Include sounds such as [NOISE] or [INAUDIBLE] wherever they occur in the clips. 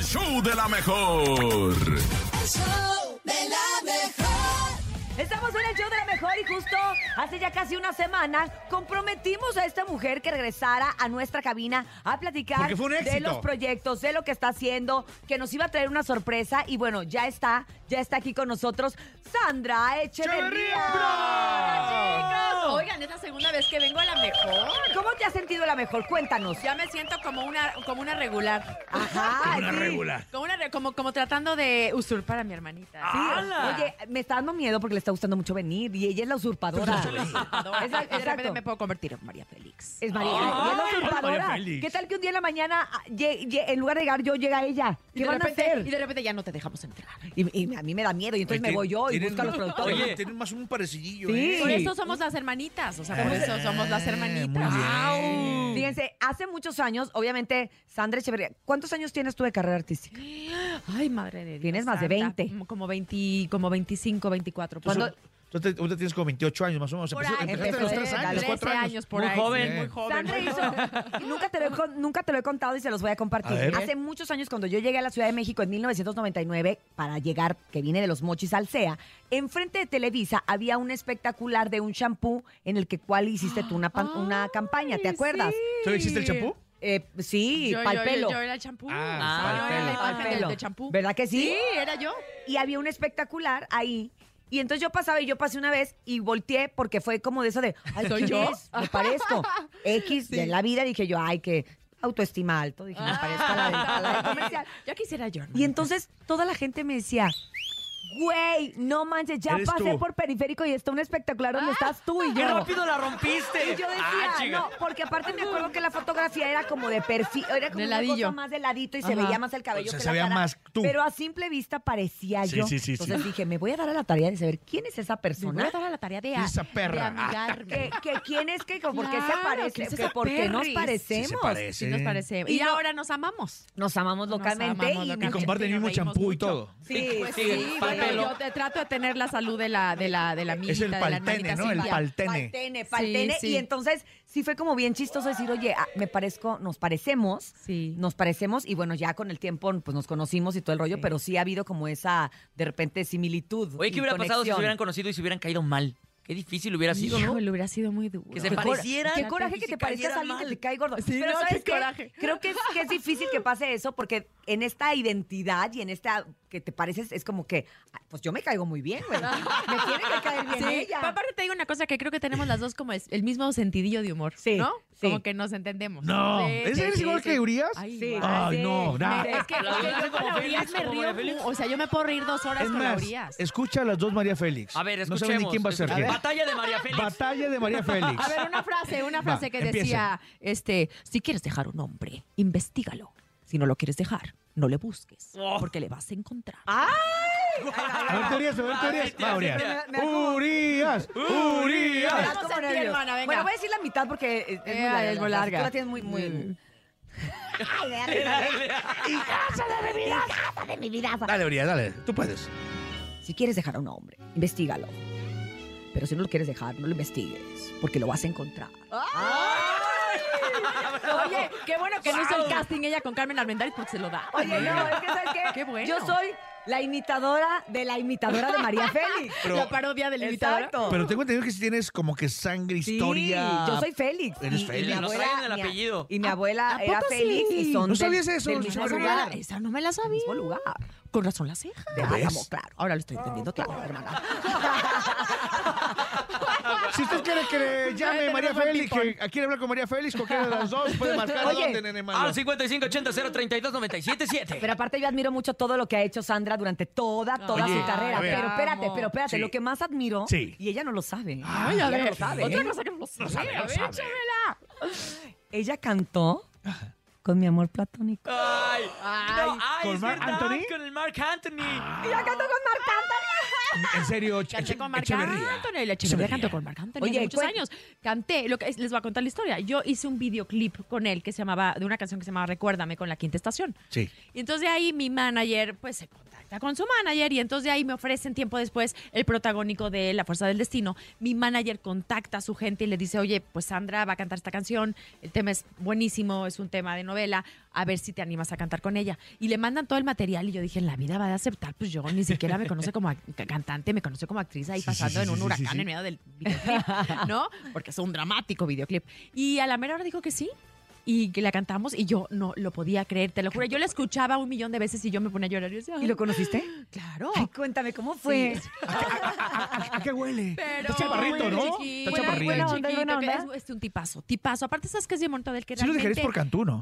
show de la mejor. El show de la mejor. Estamos en el show de la mejor y justo hace ya casi una semana comprometimos a esta mujer que regresara a nuestra cabina a platicar Porque fue un de éxito. los proyectos, de lo que está haciendo, que nos iba a traer una sorpresa y bueno, ya está, ya está aquí con nosotros Sandra Echeverría. Chicos, oigan, es la segunda vez que vengo a la mejor. ¿Cómo te has sentido la mejor? Cuéntanos. Ya me siento como una, como una regular. Ajá. sí. Como, una re- como, como tratando de usurpar a mi hermanita. Sí, Oye, me está dando miedo porque le está gustando mucho venir y ella es la usurpadora. Usurpadora. Esa- De repente exacto. me puedo convertir en María Félix. Es María, y es la usurpadora. ¿Qué tal que un día en la mañana, ah, lle- lle- en lugar de llegar yo, llega ella? ¿Qué y, de van repente, a y hacer? de repente ya no te dejamos entrar. Y, y a mí me da miedo, y entonces me voy yo y busco a los productores. Oye, tienen más un parecidillo, Sí. ¿eh? Por eso somos las hermanitas. O sea, por eso somos las muy hermanitas. bien. Au. Fíjense, hace muchos años, obviamente, Sandra Echeverría, ¿cuántos años tienes tú de carrera artística? Ay, madre de Dios. Tienes más de santa. 20. Como, 20, como 25, 24. Tú, por Cuando- ahí. so- tú te- ahorita tienes como 28 años más o menos. Por Empezó- ahí, empezaste a pues, los empecé, 3 a años, 4 13 años. años por Muy ahí. joven. Sí, Muy joven. Sandra hizo, [LAUGHS] y nunca te, lo he, con- nunca te lo he contado y se los voy a compartir. A ver. Hace muchos años, cuando yo llegué a la Ciudad de México en 1999, para llegar, que vine de los Mochis al CEA, enfrente de Televisa había un espectacular de un shampoo en el que cual hiciste tú una, pan- una campaña, ¿te Ay, acuerdas? sí. ¿Tú hiciste el champú? Eh, sí, Yo- pal yo- yo- pelo. Yo, era el champú. Ah, yo era la pal imagen del- pelo. del champú. ¿Verdad que sí? Sí, era yo. y había un espectacular ahí. Y entonces yo pasaba y yo pasé una vez y volteé porque fue como de eso de, ay, ¿Soy ¿quién yo? es? Me parezco. X de en la vida dije yo, ay, que autoestima alto. Dije, Ah, me parezco a la, de- a la de comercial. Ya quisiera yo. hermanita. Y entonces toda la gente me decía, güey, no manches, ya Eres pasé tú. Ah, por periférico y está un espectacular donde estás tú y yo. ¡Qué rápido la rompiste! Y yo decía, Ah, chinga. no, porque aparte me acuerdo que la fotografía era como de perfil, era como De una cosa ladillo. más de ladito y se Ajá. veía más el cabello O sea, que se la veía cara. más tú. Pero a simple vista parecía Sí, yo. sí, sí, Entonces sí. dije, me voy a dar a la tarea de saber quién es esa Me voy persona. a dar a la tarea de, a- Esa de perra. Que, amigarme. que quién es que, por qué se Claro, parece, ¿quién es que esa por qué nos Perris? Sí, parecemos. se parece. Sí nos parece. Y Y, no- ahora nos amamos. Nos amamos Nos localmente amamos y, localmente. Y comparten el nos mismo reímos champú y mucho. todo. Sí, Pues Sí, sí, el bueno, pelo. yo te trato de tener la salud de la de la de la amiguita, Es el de la paltene, hermanita ¿no? El Silvia. paltene. Paltene, paltene. Sí, sí. Y entonces sí fue como bien chistoso decir, oye, ah, me parezco, nos parecemos, Sí. nos parecemos, y bueno, ya con el tiempo pues nos conocimos y todo el rollo, Sí. pero sí ha habido como esa, de repente, similitud. Oye, y ¿qué hubiera pasado si se conexión. hubieran conocido y se hubieran caído mal? Qué difícil hubiera sido, ¿no? Híjole, hubiera sido muy duro. Que se Qué cor- parecieran. Qué coraje y que se te parezcas a cayeran alguien que mal. te cae gordo. Sí, Pero no, ¿sabes qué coraje. Creo que es, que es difícil que pase eso porque en esta identidad y en esta que te pareces es como que, ah, pues yo me caigo muy bien, [LAUGHS] güey. Me tiene que caer bien Sí, ella. pero aparte te digo una cosa que creo que tenemos las dos como es- el mismo sentidillo de humor, Sí, ¿no? sí. Como que nos entendemos. No. ¿Es- eres igual que Urias? Ay, Sí. guau. Ay, sí. no, nah. Mira, Es que La es que verdad yo es como con la Félix, Urias me como río, María Félix. mu- o sea, yo me puedo reír dos horas Es con la más, Urias. escucha a las dos María Félix. A ver, No escuchemos. saben ni quién va a ser quién. Batalla de María Félix. Batalla de María Félix. A ver, una frase, una frase que empiece. decía, este, si quieres dejar un hombre, investigalo. Si no lo quieres dejar, no le busques, Oh. porque le vas a encontrar. A ver, Urias, a ver, Ay, Urias. me- me Va, Urias. Urias. Me Urias. das como Vamos en ti, nervios. hermana, venga. Bueno, voy a decir la mitad porque es, es muy Eh, larga. es la muy verdad. larga. Mm. Tú la tienes muy, muy... Ay, de de mi vida! ¡Hijaza de mi vida! Dale, Urias, dale. Tú puedes. Si quieres dejar a un hombre, investigalo. Pero si no lo quieres dejar, no lo investigues, porque lo vas a encontrar. Oye, qué bueno que no hizo el casting ella con Carmen Armendáriz porque se lo da. Oye, no, es que ¿sabes qué? [LAUGHS] Qué bueno. Yo soy la imitadora de la imitadora de [LAUGHS] María Félix. la parodia del invitado. Exacto. Pero tengo entendido que si tienes como que sangre, Oh. Sí, historia. yo soy Félix. Eres y- y mi Félix. Nos abuela- traen el mi a- apellido. Y mi abuela ¿A era poco Félix y sí? son ¿No del- sabías eso? del No mismo sabía. lugar. Esa no me la Del sabía. mismo lugar. Con razón Ah, la ceja. Te ves? amo, claro. Ahora lo estoy entendiendo, claro, hermana. Si usted quiere que le llame María Félix, que quiere hablar con María Félix, cualquiera de las dos, puede marcar a Oye. dónde, nene malo. Al 5580-032-977. Pero aparte yo admiro mucho todo lo que ha hecho Sandra durante toda, toda Oye, su carrera. a ver. Pero espérate, Amo. pero espérate, Sí. lo que más admiro, Sí. y ella no lo sabe, Ay, ella no Ah, lo sabe, ¿eh? Otra cosa que no lo No sabe, sabe. ¿eh? no A ver, sabe. échamela. ella cantó con mi amor platónico. Ay, Ay, no, ay, ¿con es Marc verdad, Anthony? Ah. Con el Mark Anthony. Ella cantó con Marc En serio, Canté Eche- con Marc Echeverría. Anthony. La Echeverría Echeverría. cantó con Marc Anthony Oye, hace muchos cuen- años. Canté, lo que, les voy a contar la historia. Yo hice un videoclip con él que se llamaba, de una canción que se llamaba Recuérdame con la quinta estación. Sí. Y entonces de ahí mi manager, pues se contactó contacta con su manager y entonces de ahí me ofrecen tiempo después el protagónico de La Fuerza del Destino. Mi manager contacta a su gente y le dice, oye, pues Sandra va a cantar esta canción, el tema es buenísimo, es un tema de novela, a ver si te animas a cantar con ella. Y le mandan todo el material y yo dije, en la vida va a aceptar, pues yo ni siquiera me conoce como ac- cantante, me conoce como actriz ahí Sí, sí, pasando sí, en sí, un sí, sí, huracán sí. en medio del videoclip, ¿no? Porque es un dramático videoclip. Y a la mera hora dijo que sí, y que la cantamos y yo no lo podía creer, te lo juro. Yo la escuchaba un millón de veces y yo me ponía a llorar. Y, yo decía, ¿Y lo "Ah, conociste? Claro. Ay, cuéntame, ¿cómo fue? Sí, ¿A qué huele? Pero Está chaparrito, ¿no? Está Buena- chaparrito. buena onda, Chiquito, buena que onda. Es, es un tipazo, tipazo. Aparte, sabes que es bien bonito del que Si lo dejarías realmente por Cantú, ¿no?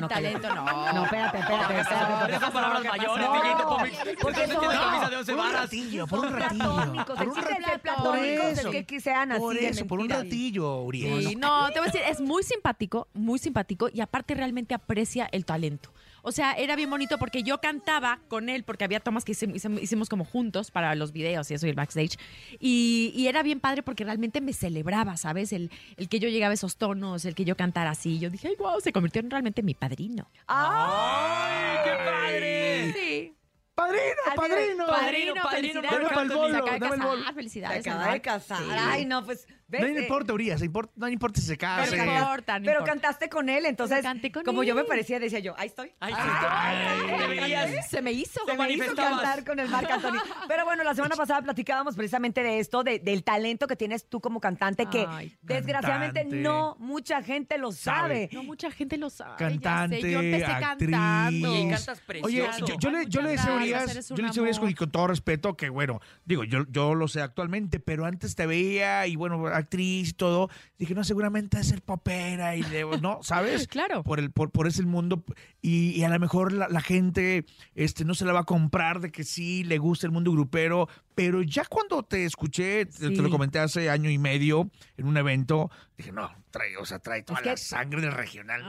No, no, no, el talento. No, No, espérate, espérate, espérate. Esas palabras mayores, No, Dieguito, por mi- ¿Por qué no eso- tiene camisa de once Por un varas? ratillo, por un ratillo. Platónicos, Por un existe ratillo. de Por platónicos, eso. es que- que sean así. Por de eso, por un mentira. ratillo, Uriel. Sí, no, te voy a decir, es muy simpático, muy simpático y aparte realmente aprecia el talento. O sea, era bien bonito porque yo cantaba con él, porque había tomas que hice- hice- hicimos como juntos para los videos y eso y el backstage. Y, y era bien padre porque realmente me celebraba, ¿sabes? El, el que yo llegaba a esos tonos, el que yo cantara así. Yo dije, ay, wow, se convirtió en realmente mi padrino. Ah. Ah, ¡Ay, qué padre! Sí. ¡Padrino, padrino! Padrino, Padrino, padrino, felicidades. dame pa'l bolo, Se acaba de dame el casar, bolo. Se felicidades. acaba de Omar. casar. Sí. Ay, no, pues. ¿ves? No Eh, importa, Urias, import- no importa si se Pero casa. no importa, no Pero importa. cantaste con él, entonces. canté con como yo me él. parecía, decía yo, ahí estoy. Ah. Ay, sí, te veías. Se me hizo. Se me hizo manifestabas. cantar con el Marc Anthony. Pero bueno, la semana pasada platicábamos precisamente de esto, de- del talento que tienes tú como cantante, que Ay, desgraciadamente cantante. no mucha gente lo sabe. No, mucha gente lo sabe. ya sé. Cantante, Yo empecé actriz. cantando. Oye, cantas precioso. Oye, yo, yo le, yo le decía a Muchas gracias, Urias, eres yo un le decía a Urias, amor. y con todo respeto, que bueno, digo, yo, yo lo sé actualmente, pero antes te veía y bueno, actriz y todo, dije, no, seguramente es ser popera y de- [LAUGHS] no, ¿sabes? Claro. Por el, por, por ese mundo y, y a lo mejor la, la gente este, no se la va a comprar de que sí le gusta el mundo grupero, pero ya cuando te escuché, te, te Sí. lo comenté hace año y medio en un evento, dije, no, trae, o sea, trae toda que- la sangre del regional Ah,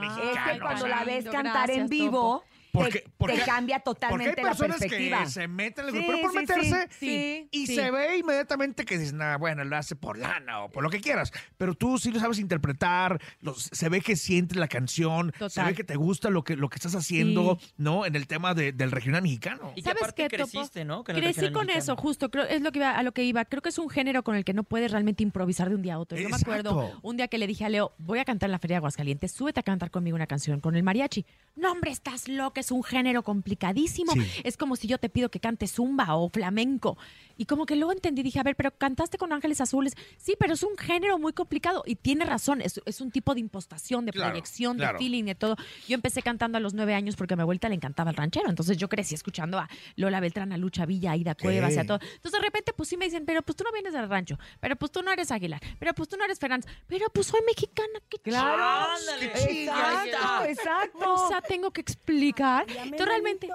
Es mexicano. que o cuando sea. la ves Lindo, cantar en gracias, vivo, Porque- te, porque- te cambia totalmente Porque hay personas la perspectiva. que eh, se meten en el Sí, grupo por sí, meterse sí, y sí. se ve inmediatamente que dices, nada, bueno, lo hace por lana o por lo que quieras. Pero tú sí lo sabes interpretar, lo- se ve que sientes la canción, se Total. ve que te gusta lo que, lo que estás haciendo, ¿no? En el tema de- del regional mexicano. Y que ¿Sabes aparte qué, Topo? creciste, ¿no? Con el Crecí regional con mexicano. eso, justo, creo- es lo que iba, a lo que iba. Creo que es un género con el que no puedes realmente improvisar de un día a otro. Yo me acuerdo Exacto. un día que le dije a Leo, voy a cantar en la Feria de Aguascalientes, súbete a cantar conmigo una canción con el mariachi. No, hombre, estás loca, es un género complicadísimo. Sí. Es como si yo te pido que cantes zumba o flamenco. Y como que luego entendí, dije, a ver, pero cantaste con Ángeles Azules. Sí, pero es un género muy complicado. Y tiene razón, es, es un tipo de impostación, de Claro, proyección, claro. de feeling, de todo. Yo empecé cantando a los nueve años porque a mi abuelita le encantaba el ranchero. Entonces yo crecí escuchando a Lola Beltrán, a Lucha Villa, a Ida Cuevas, y a todo. Entonces de repente, pues sí me dicen, pero pues tú no vienes del rancho, pero pues tú no eres Aguilar, pero pues tú no eres Fernández, pero pues soy mexicana, qué Claro. Ándale. Ahí Exacto, está. exacto. O sea, tengo que explicar. Tú realmente.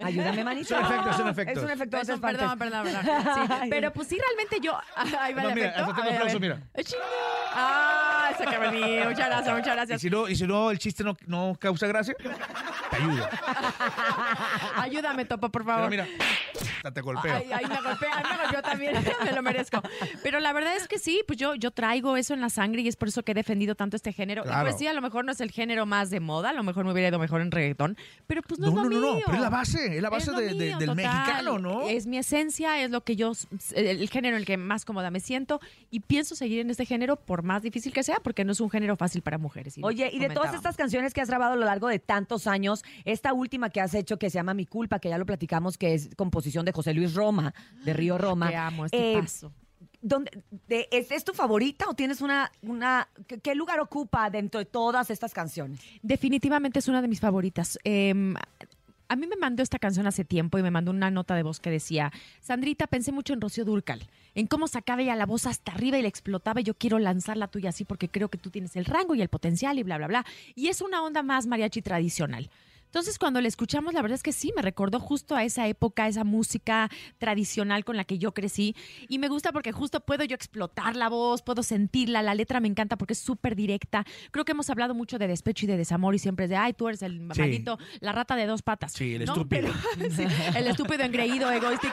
Ayúdame, manito. Son efectos, son efectos. Es un efecto de esas Perdón, partes. perdón, perdón, [LAUGHS] perdón. Sí, Ay. pero pues sí, realmente yo. [LAUGHS] Ahí va No, el mira, efecto. hasta tengo A ver, a aplauso, ver. mira. Ay, ching. Ah, esa que venía. Muchas gracias, muchas Y gracias. si no, y si no el chiste no, no causa gracia, te ayuda. Ayúdame, Topo, por favor. Pero mira, hasta te golpeo. Ay, ay, me golpea, me golpeó también, [LAUGHS] me lo merezco. Pero la verdad es que sí, pues yo, yo traigo eso en la sangre y es por eso que he defendido tanto este género. Y Claro. pues sí, a lo mejor no es el género más de moda, a lo mejor me hubiera ido mejor en reggaetón, pero pues no, no, es no, lo no, no, mío. pero es la base, es la base Es lo de- de- mío, del total. mexicano, ¿no? Es mi esencia, es lo que yo, el género en el que más cómoda me siento y pienso seguir en este género por más difícil que sea, porque no es un género fácil para mujeres. lo Oye, y de todas comentábamos. estas canciones que has grabado a lo largo de tantos años, esta última que has hecho que se llama Mi culpa, que ya lo platicamos, que es composición de José Luis Roma, de Río Roma. Te amo, Eh, este paso. ¿dónde- de- ¿es, es tu favorita o tienes una... una ¿qué, qué lugar ocupa dentro de todas estas canciones? Definitivamente es una de mis favoritas. Eh, a mí me mandó esta canción hace tiempo y me mandó una nota de voz que decía, Sandrita, pensé mucho en Rocío Durcal, en cómo sacaba ella la voz hasta arriba y la explotaba y yo quiero lanzar la tuya así porque creo que tú tienes el rango y el potencial y bla, bla, bla. Y es una onda más mariachi tradicional. Entonces, cuando la escuchamos, la verdad es que sí, me recordó justo a esa época, a esa música tradicional con la que yo crecí. Y me gusta porque justo puedo yo explotar la voz, puedo sentirla, la letra me encanta porque es súper directa. Creo que hemos hablado mucho de despecho y de desamor y siempre es de, ay, tú eres el Sí. maldito, la rata de dos patas. Sí, el No, estúpido. pero- [LAUGHS] sí, el estúpido, engreído, egoísta,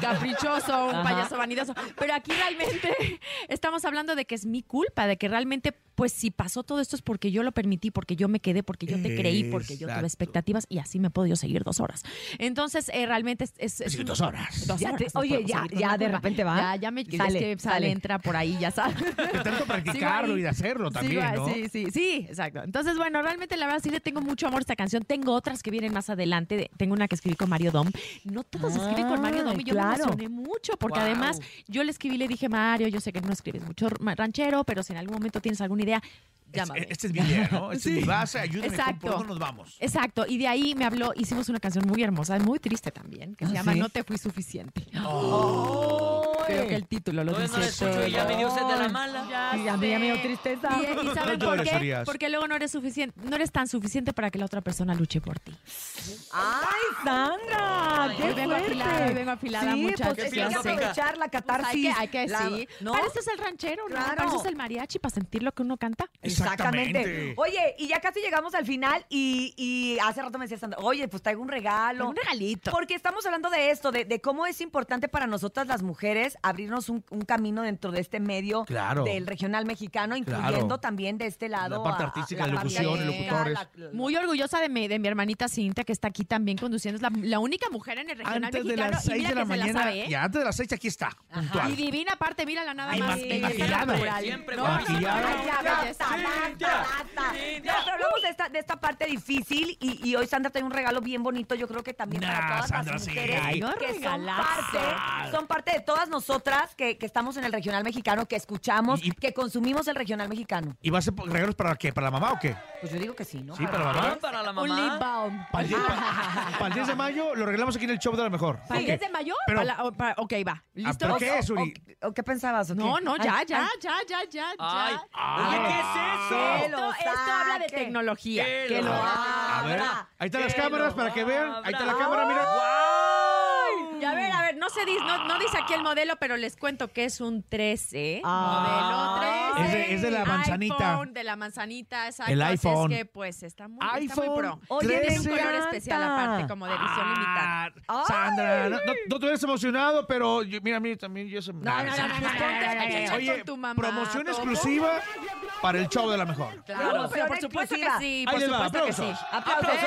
caprichoso, un payaso vanidoso. Pero aquí realmente [LAUGHS] estamos hablando de que es mi culpa, de que realmente, pues si pasó todo esto es porque yo lo permití, porque yo me quedé, porque yo te creí, porque yo te expectativas y así me he podido seguir dos horas. Entonces, eh, realmente es... es- es Sí, un- Pues dos horas. dos Ya horas te- nos oye, podemos ya- seguir con ya la de culpa. repente va. Ya, ya me Sale, es que sale. sale, entra por ahí, ya sabes. De tanto practicarlo y de hacerlo también, sí, ¿no? Sí, sí, sí, exacto. Entonces, bueno, realmente la verdad sí le tengo mucho amor a esta canción. Tengo otras que vienen más adelante. De- Tengo una que escribí con Mario Dom. No todas escribí con Mario Dom y yo Ah, me claro. emocioné mucho porque Guau. además yo le escribí, le dije, Mario, yo sé que no escribes mucho r- ranchero, pero si en algún momento tienes alguna idea, Es- llámame. este es mi idea, ¿no? Este es Sí. mi base, ayúdame, Exacto. ¿por dónde nos vamos? Exacto, y de ahí me habló, hicimos una canción muy hermosa, muy triste también, que se ¿Ah, llama sí? Oh. No te fui suficiente. [LAUGHS] Creo Ay. que el título lo No, no dice la escucho todo. y ya me dio sed de la mala. Y a mí ya me dio tristeza. ¿Y, y [LAUGHS] saben Yo por lloré, qué? Sarías. Porque luego no eres suficiente, no eres tan suficiente para que la otra persona luche por ti. ¡Ay, Sandra! Ay, Ah, ¡Qué hoy vengo fuerte! afilada, hoy vengo afilada, sí, muchachos. Pues, es que Qué hay que filosófica. aprovechar la Pues catarsis. hay que, hay que la- sí. ¿no? Para eso es el ranchero, ¿no? Claro. Para eso es el mariachi, para sentir lo que uno canta. Exactamente. Oye, y ya casi llegamos al final y, y hace rato me decía Sandra, oye, pues traigo un regalo. Un regalito. Porque estamos hablando de esto, de, de cómo es importante para nosotras las mujeres abrirnos un, un camino dentro de este medio Claro. del regional mexicano, incluyendo Claro. también de este lado. La parte a- a- artística, la parte locución, artística, locutores. la- la- Muy orgullosa de mi, de mi hermanita Cintia, que está aquí también conduciendo. Es la, la única mujer en el regional Antes de mexicano. las y 6 mira de la que se mañana, sabe, ¿eh? ya antes de las 6 aquí está, puntual. Y divina aparte, mírala nada Y más. ma- que- maquillada. natural. Siempre No, maquillada. no, no, Ay, no, ya, no, basta, basta. basta, basta. Cintia. No, pero hablamos de esta, de esta parte difícil y, y hoy Sandra tiene un regalo bien bonito, yo creo que también para Nah, todas Sandra, las sí. mujeres Ay, no que son regalazo. parte, son parte de todas nosotras que, que estamos en el regional mexicano, que escuchamos, Y- y- que consumimos el regional mexicano. ¿Y va a ser po- regalos para qué? ¿Para la mamá o qué? Pues yo digo que sí, ¿no? Sí, para la Ah, mamá. para la Un lip mamá. balm. Para el, 10, de mayo lo regalamos aquí en el show de la mejor. ¿Para Ok. el 10 de mayo? Pero- Para la- o para- ok, va. Ah, ¿Listo? ¿Pero qué Ah, es, Uri? ¿O qué pensabas? o qué? No, no, ya, Ay, ya, ay, ya, ya, ya, Ay, ya. Ah. oye, ¿qué es que eso? lo Esto, esto habla de saque. tecnología. Que Que lo lo A ver, Abra, ahí están las cámaras para que vean. Ahí está la cámara, mira. mira. Y a ver, a ver, no se dice, no, no dice aquí el modelo, pero les cuento que es un 13. Ah. modelo 13. Es de- es de la manzanita. iPhone, de la manzanita, exacto. El Así iPhone. es que pues está muy, está muy iPhone pro. Oye, me Tiene un 13. color encanta. especial aparte, como de edición limitada. Ah, Sandra, Ay. no, no- no te hubieras emocionado, pero yo- mira, mira, también yo se me. no, no, no, no, no, no, no, no, Oye, con tu mamá, promoción todo. exclusiva para el show de la mejor. Claro, pero Promoción por supuesto exclusiva. que sí, Ahí por les va, supuesto que sí. aplausos. Aplausos.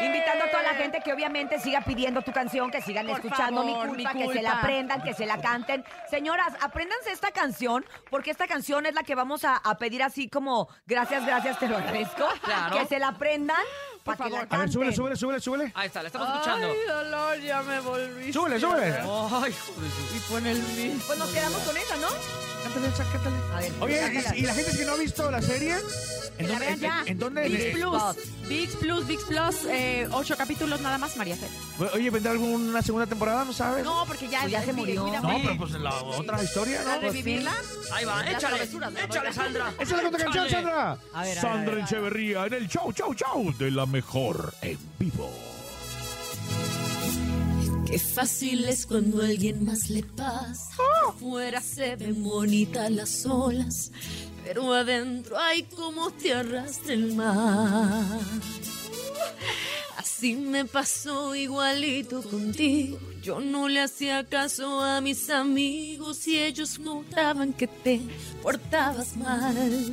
¡Eh! Invitando a toda la gente que obviamente siga pidiendo tu canción, que sigan Por escuchando favor, mi, culpa, Mi que se la Culpa. aprendan, que se la canten. Señoras, apréndanse esta canción, porque esta canción es la que vamos a, a pedir así como gracias, gracias, te lo agradezco. Claro. Que se la aprendan para que la A ver, canten. súbele, súbele, súbele, súbele. Ahí está, la estamos escuchando. Ay, dolor, ya me volví. Súbele, súbele. Ay, hijo de su- Y pon el mismo. Pues nos quedamos con esa, ¿no? A ver, Oye, sácala. y, y la gente que no ha visto la serie, ¿en La dónde? vean En, ya. en- en dónde- VIX en- Plus. VIX Plus, VIX Plus. eh, ocho capítulos nada más, María Fe. Pues, Oye, ¿vendrá alguna segunda temporada? ¿No sabes? No, porque ya, Pues ya se murió. pues cuídame. No, pero pues la otra historia, ¿Para ¿no? Pues, revivirla? Ahí va, Las échale. travesuras, ¿no? Échale, Sandra. Esa es la otra canción, Échale. Sandra. A ver, a ver, a Sandra ver. Echeverría en el show, show, show de la mejor en vivo. Qué fácil es cuando a alguien más le pasa. Fuera se ven bonitas las olas, pero adentro hay como te arrastra el mar. Así me pasó igualito contigo. Yo no le hacía caso a mis amigos y ellos notaban que te portabas mal.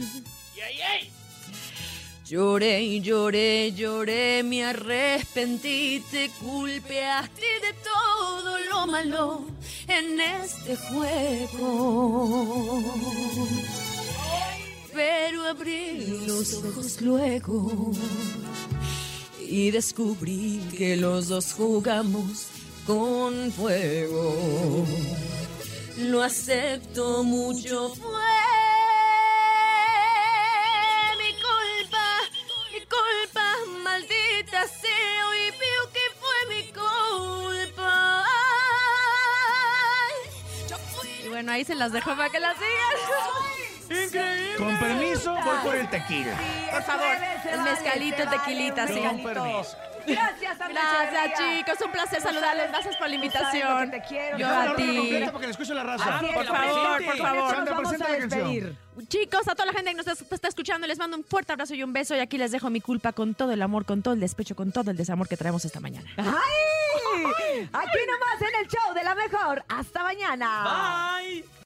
Lloré y lloré, lloré, me arrepentí, te culpe a ti de todo lo malo en este juego. Pero abrí los ojos luego y descubrí que los dos jugamos con fuego. Lo acepto mucho fue mi culpa, mi culpa, maldita sea, hoy veo que fue mi culpa. Yo fui Y bueno, ahí se las dejo para que las sigan. Con permiso, voy por el tequila. Por favor, Jueves se el vale, mezcalito, se vale, tequilita, sí. Con mezcalito. permiso. Gracias, Sandra Gracias, Echeverría. chicos. Un placer Tú saludarles. sabes- Gracias por la tú sabes lo que invitación. te quiero, Yo Sandra. Dame a la ti. completa para que la escuche la raza. Así es, Por la favor, presente. por favor. Nos Sandra, vamos presenta a la canción. despedir. Chicos, a toda la gente que nos está, está escuchando, les mando un fuerte abrazo y un beso. Y aquí les dejo mi culpa con todo el amor, con todo el despecho, con todo el desamor que traemos esta mañana. ¡Ay! Aquí nomás en el show de la mejor. Hasta mañana. Bye.